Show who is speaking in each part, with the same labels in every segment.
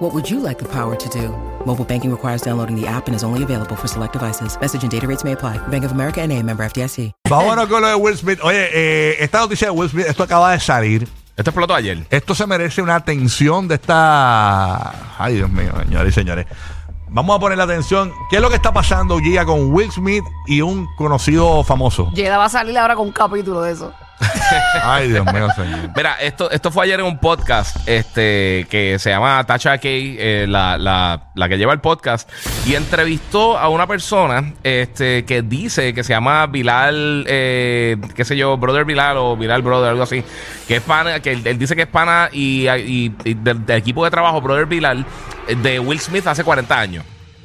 Speaker 1: What would you like the power to do? Mobile banking requires downloading the app and is only available for select devices. Message and data rates may apply. Bank of America and a member FDIC.
Speaker 2: Vámonos con lo de Will Smith. Oye, eh, esta noticia de Will Smith, esto acaba de salir.
Speaker 3: Esto explotó ayer.
Speaker 2: Esto se merece una atención de esta. Ay, Dios mío, señores y señores. Vamos a poner la atención. ¿Qué es lo que está pasando, Gia, con Will Smith y un conocido famoso?
Speaker 4: Yeda va a salir ahora con un capítulo de eso.
Speaker 2: Ay, Dios mío, señor.
Speaker 3: Mira, esto, esto fue ayer en un podcast este, que se llama Tacha Key, eh, la, la- la que lleva el podcast, y entrevistó a una persona este, que dice que se llama Bilal, eh, qué sé yo, Brother Bilal o Bilal Brother, algo así, que es pana, que él, él dice que es pana y, y- y del, del equipo de trabajo Brother Bilal eh, de Will Smith hace 40 años.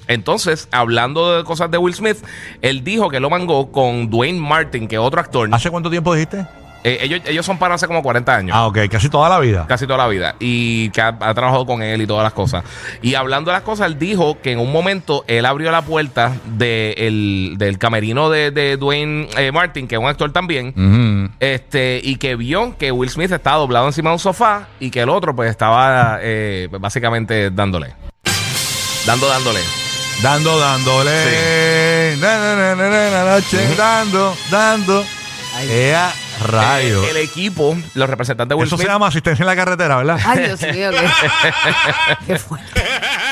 Speaker 3: Entonces, hablando de cosas de Will Smith, él dijo que lo mangó con Dwayne Martin, que es otro actor.
Speaker 2: ¿Hace cuánto tiempo dijiste?
Speaker 3: Eh, ellos, ellos son para hace como 40 años.
Speaker 2: Ah, ok, casi toda la vida.
Speaker 3: Casi toda la vida. Y que ha, ha trabajado con él y todas las cosas. Y hablando de las cosas, él dijo que en un momento él abrió la puerta de el- del camerino de, de Dwayne eh, Martin, que es un actor también.
Speaker 2: Mm. Ujú.
Speaker 3: Este, y que vio que Will Smith estaba doblado encima de un sofá y que el otro, pues, estaba eh, básicamente dándole. Dando, dándole.
Speaker 2: Dando, dándole. Na, na, na, na, na, na, noche. Dando, dando. Ea, rayo.
Speaker 3: Eh, el equipo, los representantes de Will
Speaker 2: Eso se
Speaker 3: Smith.
Speaker 2: llama asistencia en la carretera, ¿verdad?
Speaker 4: Ay, Dios mío, qué, qué fuerte.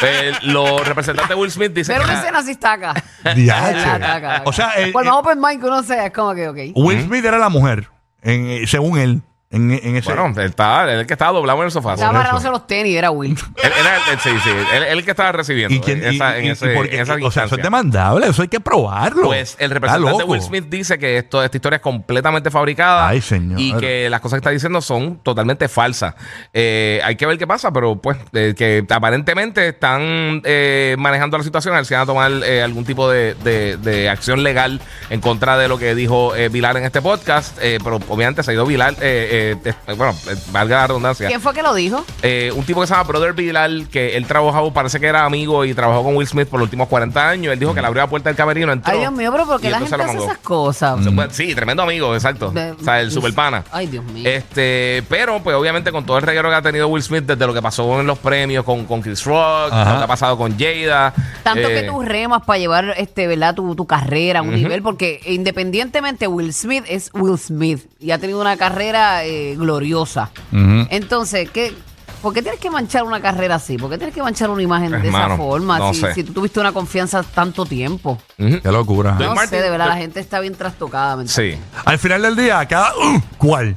Speaker 3: eh, los representantes de Will Smith dicen.
Speaker 4: Pero
Speaker 3: que
Speaker 4: una
Speaker 3: la-
Speaker 4: escena así está acá. Está acá, acá,
Speaker 2: Diache.
Speaker 4: acá.
Speaker 2: O sea, el-
Speaker 4: Por
Speaker 2: el-
Speaker 4: más open mind que uno sea, es como
Speaker 3: Uh,
Speaker 4: que, ok.
Speaker 2: Will Smith era la mujer, en- eh, según él, en, en ese.
Speaker 3: Bueno, él estaba, él es el que estaba doblado en el sofá.
Speaker 4: Estaba amarrándose los tenis, era Will.
Speaker 3: Él, era el, el- sí, sí, él, él el que estaba recibiendo.
Speaker 2: ¿Y quién?
Speaker 3: en esa- en
Speaker 2: y- y-
Speaker 3: ese-
Speaker 2: y por qué?
Speaker 3: en esa
Speaker 2: o sea, eso
Speaker 3: instancia.
Speaker 2: es demandable, eso hay que probarlo.
Speaker 3: Pues el
Speaker 2: Está
Speaker 3: representante de
Speaker 2: loco.
Speaker 3: Will Smith dice que esto, esta historia es completamente fabricada.
Speaker 2: Ay, señor.
Speaker 3: Y que las cosas que está diciendo son totalmente falsas. Eh, hay que ver qué pasa, pero pues eh, que aparentemente están eh, manejando la situación, al a tomar eh, algún tipo de, de- de acción legal en contra de lo que dijo eh, Vilar en este podcast. Eh, pero obviamente se ha ido Vilar, eh, eh, eh, bueno, eh, valga la redundancia.
Speaker 4: ¿Quién fue que lo dijo?
Speaker 3: Eh, un tipo que se llama Brother Bilal, que él trabajaba, parece que era amigo y trabajó con Will Smith por los últimos 40 años. Él dijo que le abrió la puerta del camerino, entró.
Speaker 4: Ay, Dios mío, pero ¿por
Speaker 3: y
Speaker 4: qué la gente
Speaker 3: entonces
Speaker 4: hace
Speaker 3: lo
Speaker 4: esas cosas?
Speaker 3: mangó. Pues, sí, tremendo amigo, exacto.
Speaker 4: De-
Speaker 3: o sea, el superpana.
Speaker 4: Ay, Dios mío.
Speaker 3: Este, pero pues obviamente con todo el reguero que ha tenido Will Smith desde lo que pasó en los premios con, con Chris Rock,
Speaker 2: Ajá.
Speaker 3: lo que ha pasado con Jada.
Speaker 4: Tanto que
Speaker 3: eh,
Speaker 4: tú remas para llevar este, ¿verdad? Tu, tu carrera a un nivel, porque independientemente Will Smith es Will Smith y ha tenido una carrera eh, gloriosa.
Speaker 2: Ujú.
Speaker 4: Entonces, ¿qué, ¿por qué tienes que manchar una carrera así? ¿Por qué tienes que manchar una imagen de
Speaker 3: Hermano,
Speaker 4: esa forma?
Speaker 3: no
Speaker 4: si,
Speaker 3: sé.
Speaker 4: si tú tuviste una confianza tanto tiempo.
Speaker 3: ujú.
Speaker 2: Qué locura.
Speaker 3: Estoy-
Speaker 4: No
Speaker 3: Martin,
Speaker 4: sé, de verdad,
Speaker 3: tú-
Speaker 4: la gente está bien trastocada. mental.
Speaker 3: pues Sí.
Speaker 2: Al final del día, cada. uh, ¿Cuál?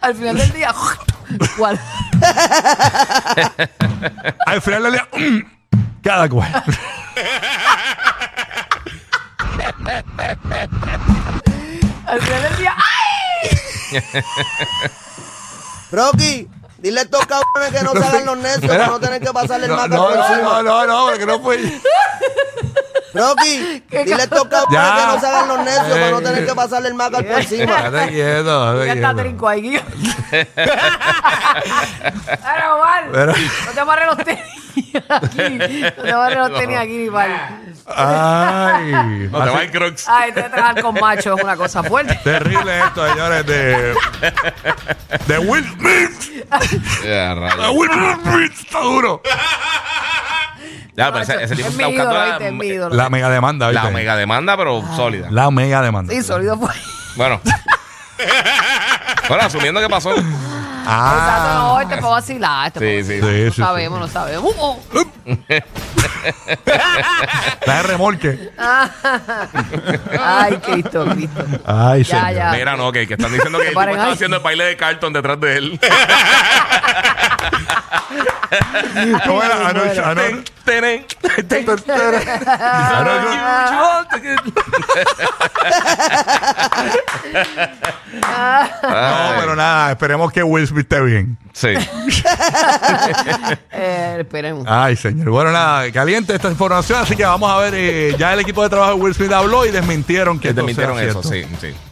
Speaker 4: Al final del día, ¿cuál?
Speaker 2: Al final del día, uh, cada cual.
Speaker 4: Al final del día, ¡ay!
Speaker 5: Rocky, dile a estos cabrones que no se hagan los necios, para no tener que pasarle el
Speaker 2: No,
Speaker 5: maca
Speaker 2: no,
Speaker 5: por encima.
Speaker 2: no, no, no, porque no fue.
Speaker 5: Rocky, dile a estos cabrones
Speaker 2: Ya.
Speaker 5: que no se hagan los necios, para no tener que pasarle el maca por encima.
Speaker 2: Estate quieto, estate
Speaker 4: ya está
Speaker 2: quieto.
Speaker 4: trinco ahí. Ahora, Juan,
Speaker 2: Pero-
Speaker 4: no te amarres los tenis aquí. No te amarres los tenis aquí, Juan.
Speaker 2: Ay.
Speaker 3: No te va el Crocs.
Speaker 4: Ay, te trabajar con macho es una cosa fuerte.
Speaker 2: Terrible esto, señores, de. De Will Smith. De
Speaker 3: Ya, rayos.
Speaker 2: Will Smith, está duro.
Speaker 3: Ya, pero ese, ese tipo
Speaker 4: es mi
Speaker 3: está buscando
Speaker 4: ídolo,
Speaker 3: la,
Speaker 4: ¿viste? es mi ídolo.
Speaker 2: La mega demanda, ¿viste?
Speaker 3: la mega demanda, pero sólida.
Speaker 2: La mega demanda.
Speaker 4: Sí, sólido fue.
Speaker 3: Bueno. bueno, asumiendo que pasó.
Speaker 4: Exacto,
Speaker 2: Ah.
Speaker 4: no, este fue vacilar. Este fue
Speaker 3: Sí, sí.
Speaker 2: Sí,
Speaker 4: No
Speaker 2: sí, sí.
Speaker 4: sabemos, no sabemos. Uh, uh.
Speaker 2: La de remolque.
Speaker 4: Ay, Cristo, Cristo.
Speaker 2: Ay,
Speaker 4: Ya,
Speaker 2: señor.
Speaker 4: ya.
Speaker 3: Mira, no, que, que están diciendo que el tipo
Speaker 4: Paren
Speaker 3: estaba
Speaker 4: ahí.
Speaker 3: haciendo el baile de Carlton detrás de él.
Speaker 2: ¿Cómo era? Anoche,
Speaker 3: Ten,
Speaker 2: anoche.
Speaker 3: tenen, ten.
Speaker 2: Ah, Anoche-
Speaker 3: Ah,
Speaker 2: No, pero nada, esperemos que Will Smith esté bien.
Speaker 3: Sí.
Speaker 4: Eh, esperemos.
Speaker 2: Ay, señor. Bueno, nada, caliente esta información, así que vamos a ver. eh, ya el equipo de trabajo de Will Smith habló y desmintieron que
Speaker 3: Que te
Speaker 2: esto sea
Speaker 3: mintieron eso,
Speaker 2: cierto.
Speaker 3: sí, sí.